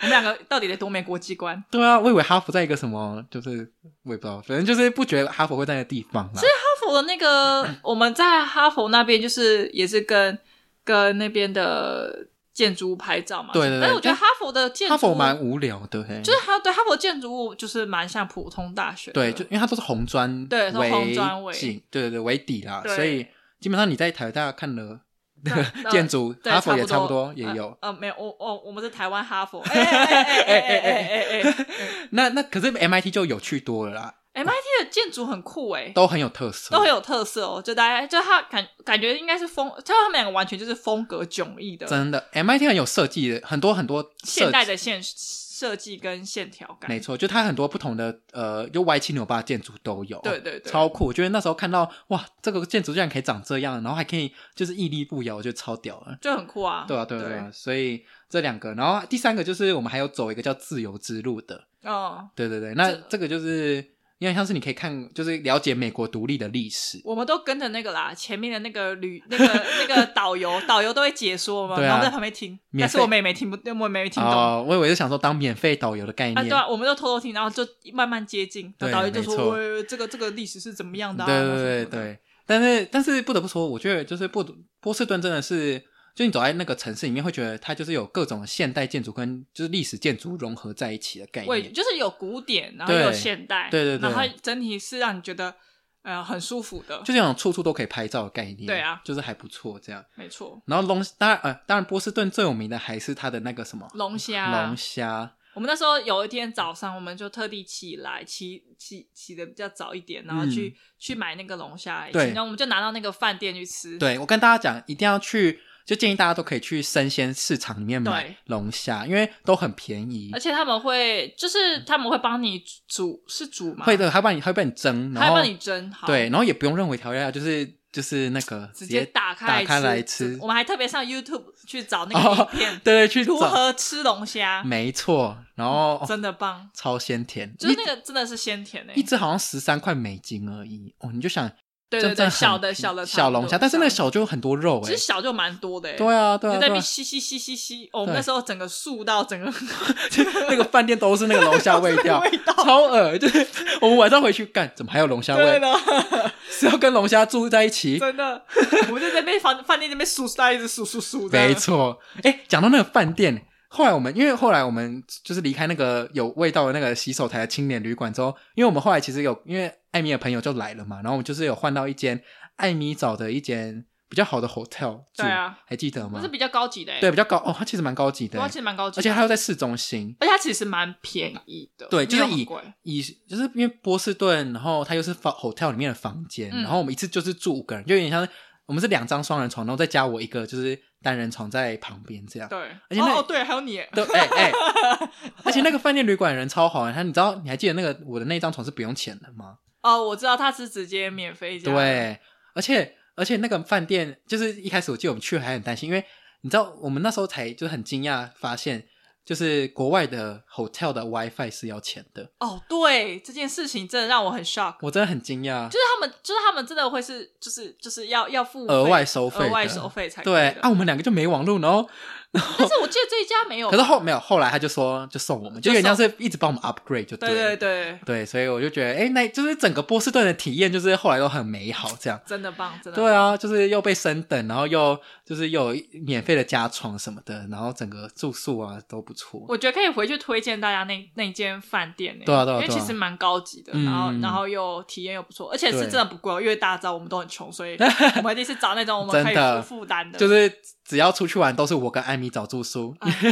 Speaker 2: 我们两个到底得多没国际观？
Speaker 1: 对啊，我以为哈佛在一个什么，就是我也不知道，反正就是不觉得哈佛会在那个地方啦。
Speaker 2: 哈佛的那个，我们在哈佛那边就是也是跟跟那边的建筑物拍照嘛。
Speaker 1: 对对对
Speaker 2: 但是我觉得哈佛的建筑
Speaker 1: 哈佛蛮无聊的、欸，
Speaker 2: 就是哈对哈佛建筑物就是蛮像普通大学的。
Speaker 1: 对，就因为它都是红砖
Speaker 2: 对都是红砖为
Speaker 1: 景，对对对为底啦，
Speaker 2: 对
Speaker 1: 所以基本上你在台大看了
Speaker 2: 那那
Speaker 1: 建筑，
Speaker 2: 对
Speaker 1: 哈佛也
Speaker 2: 差
Speaker 1: 差
Speaker 2: 不
Speaker 1: 不
Speaker 2: 多
Speaker 1: 多也有。
Speaker 2: 呃没有，我我我们是台湾哈佛。哎哎哎哎哎哎哎哎
Speaker 1: 那那可是 MIT 就有趣多了啦，
Speaker 2: 哎，MIT 的建筑很酷哎、
Speaker 1: 都很有特色，
Speaker 2: 都很有特色哦，就大家就他感感觉应该是风，就他们两个完全就是风格迥异的，
Speaker 1: 真的 MIT 很有设计的，很多很多设
Speaker 2: 现代
Speaker 1: 计。
Speaker 2: 的线设计跟线条感
Speaker 1: 没。错，就它很多不同的呃，就歪七扭八的建筑都有，
Speaker 2: 对对对
Speaker 1: 超酷！我觉得那时候看到哇，这个建筑居然可以长这样，然后还可以就是屹立不摇，我觉得超屌了。
Speaker 2: 就很酷啊。
Speaker 1: 对啊，对啊，对啊，所以这两个，然后第三个就是我们还有走一个叫自由之路的，
Speaker 2: 嗯，
Speaker 1: 对对对，那
Speaker 2: 这
Speaker 1: 这个就是因为像是你可以看，就是了解美国独立的历史。
Speaker 2: 我们都跟着那个啦，前面的那个旅那个那个导游，导游都会解说嘛，
Speaker 1: 对啊
Speaker 2: 然后我们在旁边听，
Speaker 1: 免
Speaker 2: 但
Speaker 1: 费
Speaker 2: 是我们也没听不，我们也没听懂。
Speaker 1: 哦，我以为是想说当免费导游的概
Speaker 2: 啊，
Speaker 1: 念，
Speaker 2: 对啊，我们就偷偷听，然后就慢慢接近。
Speaker 1: 对
Speaker 2: 导游就
Speaker 1: 没错
Speaker 2: 说：“喂，这个这个历史是怎么样的、啊？”
Speaker 1: 对
Speaker 2: 然后什么
Speaker 1: 对对
Speaker 2: 什么的，
Speaker 1: 对。但是但是不得不说，我觉得就是波波士顿真的是，就你走在那个城市里面，会觉得它就是有各种现代建筑跟就是历史建筑融合在一起的概
Speaker 2: 喂，
Speaker 1: 念。
Speaker 2: 就是有古典，然后
Speaker 1: 对
Speaker 2: 有现代，
Speaker 1: 对对对
Speaker 2: 然后整体是让你觉得呃很舒服的，
Speaker 1: 就这种处处都可以拍照的概念，
Speaker 2: 对啊
Speaker 1: 就是还不错这样。
Speaker 2: 没错。
Speaker 1: 然后龙，当然呃，当然波士顿最有名的还是它的那个什么
Speaker 2: 龙虾，啊
Speaker 1: 龙虾，
Speaker 2: 我们那时候有一天早上，我们就特地起来，起起起的比较早一点，然后去、去买那个龙虾来吃，
Speaker 1: 嗯对
Speaker 2: 然后我们就拿到那个饭店去吃。
Speaker 1: 对我跟大家讲，一定要去，就建议大家都可以去生鲜市场里面买
Speaker 2: 对
Speaker 1: 龙虾，因为都很便宜
Speaker 2: 而，且他们会就是他们会帮你煮，是煮吗？
Speaker 1: 会，的，还帮你还帮你蒸，
Speaker 2: 他
Speaker 1: 然
Speaker 2: 会
Speaker 1: 后
Speaker 2: 帮你蒸好，
Speaker 1: 对，，然后也不用任何调料，就是就是那个
Speaker 2: 直接打开
Speaker 1: 打开来
Speaker 2: 吃
Speaker 1: 吃。
Speaker 2: 我们还特别上 YouTube 去找那个
Speaker 1: 哦
Speaker 2: 影片，
Speaker 1: 对对，去
Speaker 2: 如
Speaker 1: 找，
Speaker 2: 何吃龙虾，
Speaker 1: 没错，然后、哦
Speaker 2: 真的棒，
Speaker 1: 超鲜甜，
Speaker 2: 就是那个真的是鲜甜欸诶、
Speaker 1: 一一只好像十三块美金而已哦，你就想
Speaker 2: 对
Speaker 1: 这
Speaker 2: 对
Speaker 1: 真
Speaker 2: 对，
Speaker 1: 很
Speaker 2: 小的
Speaker 1: 便宜
Speaker 2: 小的
Speaker 1: 小龙虾，但是那个
Speaker 2: 个
Speaker 1: 小就有很多肉
Speaker 2: 其
Speaker 1: 哎
Speaker 2: 实，小就蛮多的诶、欸
Speaker 1: 对啊对啊
Speaker 2: 就在
Speaker 1: 对
Speaker 2: 那边
Speaker 1: 啊，
Speaker 2: 吸吸吸吸吸，哦，我们
Speaker 1: 对
Speaker 2: 那时候整个素到整个
Speaker 1: 那个饭店都是那个龙虾 味道，
Speaker 2: 味道
Speaker 1: 超恶，就是我们晚上回去干，怎么还有龙虾
Speaker 2: 对
Speaker 1: 味？
Speaker 2: 的，
Speaker 1: 是要跟龙虾住在一起？
Speaker 2: 真的，我们就在被饭饭店那边数，大家一直数数数的，
Speaker 1: 没错，哎，讲到那个饭店，后来我们因为后来我们就是离开那个有味道的那个洗手台的青年旅馆之后，因为我们后来其实有因为艾米的朋友就来了嘛，然后我们就是有换到一间艾米找的一间比较好的 hotel 住，
Speaker 2: 对啊
Speaker 1: 还记得
Speaker 2: 那
Speaker 1: 吗
Speaker 2: 是？比较高级的、欸，
Speaker 1: 对，比较高哦，它其实蛮高级
Speaker 2: 对，
Speaker 1: 的，
Speaker 2: 它其实蛮高级的，
Speaker 1: 而且它又在市中心。
Speaker 2: 而且它其实蛮便宜的，
Speaker 1: 对就是
Speaker 2: 没有很
Speaker 1: 以
Speaker 2: 贵
Speaker 1: 以就是因为波士顿，然后它又是房 hotel 里面的房间，
Speaker 2: 嗯
Speaker 1: 然后我们一次就是住五个人，就有点像是我们是两张双人床，然后再加我一个就是单人床在旁边这样。
Speaker 2: 对，
Speaker 1: 而且那
Speaker 2: 哦哦对，还有你欸，
Speaker 1: 对，哎、 哎、而且那个饭店旅馆人超好玩，欸他你知道你还记得那个我的那张床是不用钱的吗？
Speaker 2: 哦，我知道它是直接免费加的，
Speaker 1: 对，而且而且那个饭店就是一开始我记得我们去还很担心，因为你知道我们那时候才就是很惊讶发现，就是国外的 hotel 的 WiFi 是要钱的，
Speaker 2: 哦对，这件事情真的让我很 shock，
Speaker 1: 我真的很惊讶
Speaker 2: 就。是他们，就是他们真的会是，就是就是要要付
Speaker 1: 额
Speaker 2: 费
Speaker 1: 外收费的
Speaker 2: 额外收费才可以
Speaker 1: 对啊
Speaker 2: 的
Speaker 1: 啊，我们两个就没网络，然后
Speaker 2: 但是我记得这一家没有吧，
Speaker 1: 可是后没有，后来他就说就送我们，就有点像是一直帮我们 upgrade 就
Speaker 2: 对
Speaker 1: 了
Speaker 2: 对对，
Speaker 1: 对，所以我就觉得，哎、那就是整个波士顿的体验，就是后来都很美好，这样。
Speaker 2: 真的棒，真的
Speaker 1: 对啊，就是又被升等，然后又就是又有免费的加床什么的，然后整个住宿啊都不错。
Speaker 2: 我觉得可以回去推荐大家那那间饭店呢、
Speaker 1: 对啊对啊
Speaker 2: 因为
Speaker 1: 对啊
Speaker 2: 其实蛮高级的，
Speaker 1: 嗯
Speaker 2: 然后然后又体验又不错，而且
Speaker 1: 对
Speaker 2: 是真的不贵哦，因为大家知道我们都很穷，所以我们一定是找那种我们可以
Speaker 1: 真的
Speaker 2: 负负担的，
Speaker 1: 就是只要出去玩，都是我跟艾米找住宿。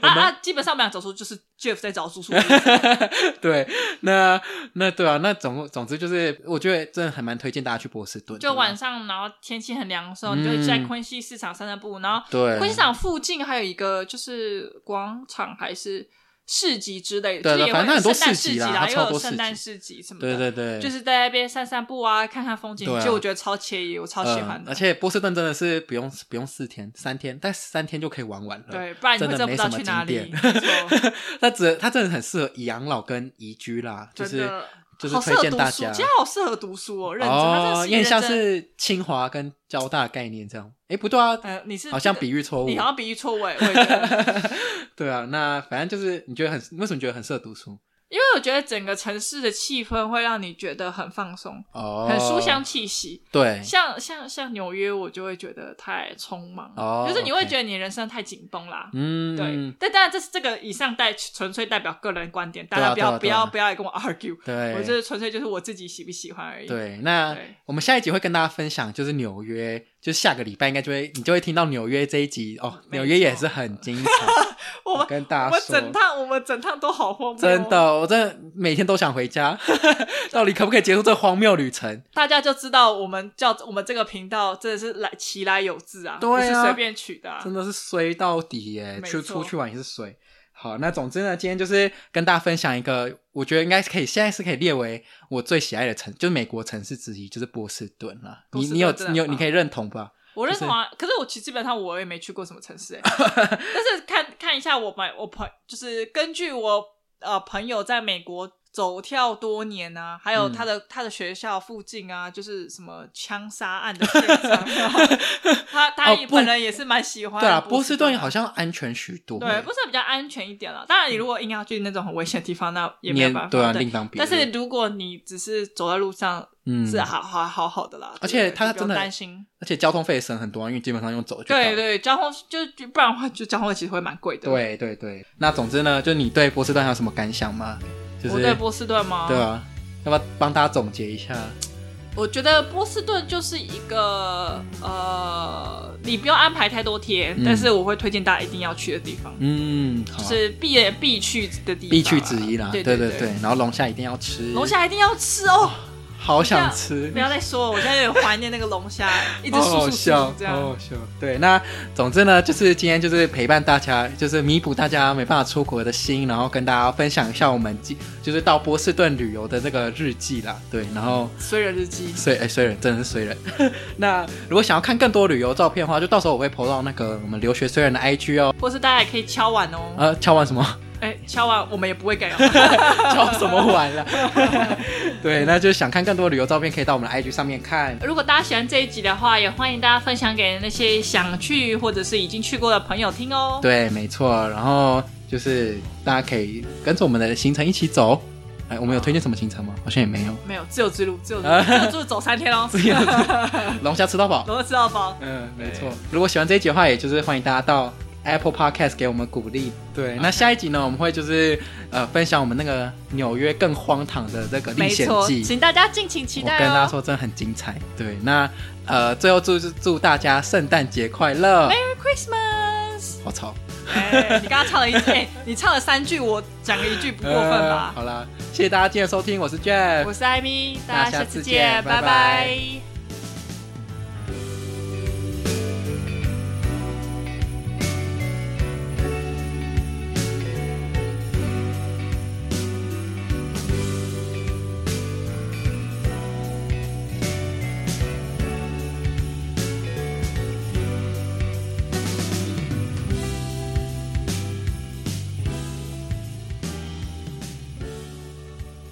Speaker 2: 啊啊，基本上我们俩走出就是 Jeff 在找 住宿的意思，
Speaker 1: 对，那那对啊，那总总之就是，我觉得真的还蛮推荐大家去波士顿的啦。
Speaker 2: 就晚上然后天气很凉的时候，你就在
Speaker 1: 嗯
Speaker 2: 昆西市场散散步，然后
Speaker 1: 对
Speaker 2: 昆西市场附近还有一个就是广场还是市集之类的，
Speaker 1: 对
Speaker 2: 就是
Speaker 1: 对
Speaker 2: 也
Speaker 1: 反正它
Speaker 2: 会
Speaker 1: 很多
Speaker 2: 圣诞
Speaker 1: 市
Speaker 2: 市
Speaker 1: 集啦它
Speaker 2: 啦，也
Speaker 1: 超
Speaker 2: 有
Speaker 1: 多
Speaker 2: 圣
Speaker 1: 市
Speaker 2: 诞
Speaker 1: 集
Speaker 2: 市集什么的，
Speaker 1: 对对对，
Speaker 2: 就是在那边散散步啊，看看风景，
Speaker 1: 对啊
Speaker 2: 就我觉得超惬意，我超喜欢
Speaker 1: 嗯
Speaker 2: 的。
Speaker 1: 而且波士顿真的是不用不用四天，三天，但三天就可以玩完了。
Speaker 2: 对，不然你会
Speaker 1: 真
Speaker 2: 真的
Speaker 1: 的
Speaker 2: 不
Speaker 1: 没什
Speaker 2: 知道
Speaker 1: 么
Speaker 2: 去哪
Speaker 1: 景点
Speaker 2: 里。没 错
Speaker 1: 它只它真的很适合养老跟宜居啦，就
Speaker 2: 真
Speaker 1: 是
Speaker 2: 的
Speaker 1: 就是
Speaker 2: 好
Speaker 1: 推
Speaker 2: 适合
Speaker 1: 荐
Speaker 2: 读
Speaker 1: 大
Speaker 2: 书，
Speaker 1: 家
Speaker 2: 其实好适合读书哦，认真，他真的
Speaker 1: 哦，
Speaker 2: 是一
Speaker 1: 有点
Speaker 2: 认
Speaker 1: 像
Speaker 2: 真。
Speaker 1: 是清华跟交大概念这样。诶，不对啊，
Speaker 2: 呃，你是
Speaker 1: 好像比喻错误
Speaker 2: 你。好像比喻错位，我也觉得
Speaker 1: 对啊，那反正就是你觉得很为什么觉得很适合读书？
Speaker 2: 因为我觉得整个城市的气氛会让你觉得很放松，
Speaker 1: 哦，
Speaker 2: 很书香。气息。
Speaker 1: 对，
Speaker 2: 像像像纽约，我就会觉得太匆忙，
Speaker 1: 哦
Speaker 2: 就是你会
Speaker 1: OK
Speaker 2: 觉得你人生太紧绷啦。
Speaker 1: 嗯，
Speaker 2: 对，但当然这是这个以上代纯粹代表个人观点，大
Speaker 1: 对
Speaker 2: 家
Speaker 1: 啊
Speaker 2: 不要、
Speaker 1: 对啊
Speaker 2: 不
Speaker 1: 对啊
Speaker 2: 要不要来跟我 argue，
Speaker 1: 对
Speaker 2: 我就是纯粹就是我自己喜不喜欢而已。，
Speaker 1: 对，那
Speaker 2: 对
Speaker 1: 我们下一集会跟大家分享，就是纽约，就是下个礼拜应该就会你就会听到纽约这一集哦，
Speaker 2: 没
Speaker 1: 纽约也
Speaker 2: 错
Speaker 1: 是很精彩，
Speaker 2: 我们
Speaker 1: 跟
Speaker 2: 我
Speaker 1: 大家
Speaker 2: 们
Speaker 1: 说
Speaker 2: 整。趟我们整趟都好荒谬、哦
Speaker 1: 真，的，我真的每天都想回 家。到底可不可以结束这荒谬旅程？
Speaker 2: 大家就知道我们叫我们这个频道真的是来其来有自啊，
Speaker 1: 对
Speaker 2: 不
Speaker 1: 啊
Speaker 2: 是随便取的、啊
Speaker 1: 真。的是衰到底耶！
Speaker 2: 没
Speaker 1: 去
Speaker 2: 错
Speaker 1: 出去玩也是衰。好，那总之呢，今天就是跟大家分享一个，我觉得应该可以，现在是可以列为我最喜爱的城，就是美国城市之一，就是波士顿啦。
Speaker 2: 波
Speaker 1: 你
Speaker 2: 士顿
Speaker 1: 你有
Speaker 2: 真的
Speaker 1: 你有
Speaker 2: 很棒
Speaker 1: 你可以认同吧？
Speaker 2: 我认同啊，可是我其实基本上我也没去过什么城市、 欸，但是看看一下我们我朋就是根据我呃朋友在美国走跳多年啊，还有
Speaker 1: 嗯
Speaker 2: 他的、他的学校附近啊，就是什么枪杀案的现 场，然后他他
Speaker 1: 哦
Speaker 2: 也
Speaker 1: 不
Speaker 2: 本人也是蛮喜欢
Speaker 1: 对啊，
Speaker 2: 波
Speaker 1: 波士顿好
Speaker 2: 像
Speaker 1: 像安全许多耶。
Speaker 2: 对波士顿比较安全一点了。当然，你如果硬要去那种很危险的地方，那也没有
Speaker 1: 你
Speaker 2: 办法。
Speaker 1: 对啊，
Speaker 2: 对
Speaker 1: 另当别
Speaker 2: 但
Speaker 1: 论。
Speaker 2: 是如果你只是走在路上，
Speaker 1: 嗯，
Speaker 2: 是啊好好好好的啦。
Speaker 1: 而且
Speaker 2: 对
Speaker 1: 他
Speaker 2: 就不
Speaker 1: 真
Speaker 2: 用
Speaker 1: 的
Speaker 2: 担心。
Speaker 1: 而且交通费省很多啊，因为基本上用走就到
Speaker 2: 对对，交通就就不然的话，就交通费其实会蛮贵的。，
Speaker 1: 对对对。那总之呢，就你对波士顿还有什么感想吗？就是
Speaker 2: 我对波士顿吗？
Speaker 1: 对，啊，要不要帮大家总结一下？
Speaker 2: 我觉得波士顿就是一个呃，你不用安排太多天，
Speaker 1: 嗯
Speaker 2: 但是我会推荐大家一定要去的地方，
Speaker 1: 嗯，好
Speaker 2: 就
Speaker 1: 啊、
Speaker 2: 是必人必去的地方，
Speaker 1: 必去之一啦。
Speaker 2: 对
Speaker 1: 对
Speaker 2: 对
Speaker 1: 对，然后龙虾一定要吃，
Speaker 2: 龙虾一定要吃哦！
Speaker 1: 好想吃
Speaker 2: 不，要再说了，我现在有点怀念那个龙虾，一直
Speaker 1: 好
Speaker 2: 数
Speaker 1: 好
Speaker 2: 数数
Speaker 1: 笑
Speaker 2: 数，这
Speaker 1: 好
Speaker 2: 样。
Speaker 1: 好笑。对，那总之呢，就是今天就是陪伴大家，就是弥补大家没办法出国的心，然后跟大家分享一下我们记就是到波士顿旅游的这个日记啦。对，然后。
Speaker 2: 虽然日记，
Speaker 1: 虽哎虽然真的是虽然， 那如果想要看更多旅游照片的话，就到时候我会 PO 到那个我们留学虽然的 IG 哦。
Speaker 2: 或是大家也可以敲碗哦。
Speaker 1: 呃，敲完什么？
Speaker 2: 哎、敲碗我们也不会改哦。
Speaker 1: 敲什么完了？ 对，那就想看更多旅游照片，可以到我们的 IG 上面看。
Speaker 2: 如果大家喜欢这一集的话，也欢迎大家分享给那些想去或者是已经去过的朋友听哦。
Speaker 1: 对，没错。然后就是大家可以跟着我们的行程一起走。哎，我们有推荐什么行程吗？好像也没有。
Speaker 2: 没有自由之路，自由之路，自由之路走三天哦，
Speaker 1: 啊自由之龙虾吃到饱。
Speaker 2: 都吃到饱。
Speaker 1: 嗯，没错。如果喜欢这一集的话，也就是欢迎大家到 Apple Podcast 给我们鼓励。对，那下一集呢，我们会就是呃分享我们那个纽约更荒唐的这个历
Speaker 2: 没
Speaker 1: 险
Speaker 2: 错，
Speaker 1: 记。
Speaker 2: 请大家敬请期
Speaker 1: 我
Speaker 2: 待
Speaker 1: 跟大家
Speaker 2: 哦。
Speaker 1: 说，真的很精彩。对，那呃，最后祝祝大家圣诞节快乐！
Speaker 2: Merry Christmas！
Speaker 1: 我操，
Speaker 2: 哎，你刚刚唱了一句，哎，你唱了三句，我讲了一句，不过分
Speaker 1: 呃
Speaker 2: 吧？
Speaker 1: 好啦，谢谢大家今天的收听，我是 Jeff，
Speaker 2: 我是艾米，大
Speaker 1: 大家
Speaker 2: 家下
Speaker 1: 呃下
Speaker 2: 次
Speaker 1: 次
Speaker 2: 见，
Speaker 1: 见拜
Speaker 2: 拜拜。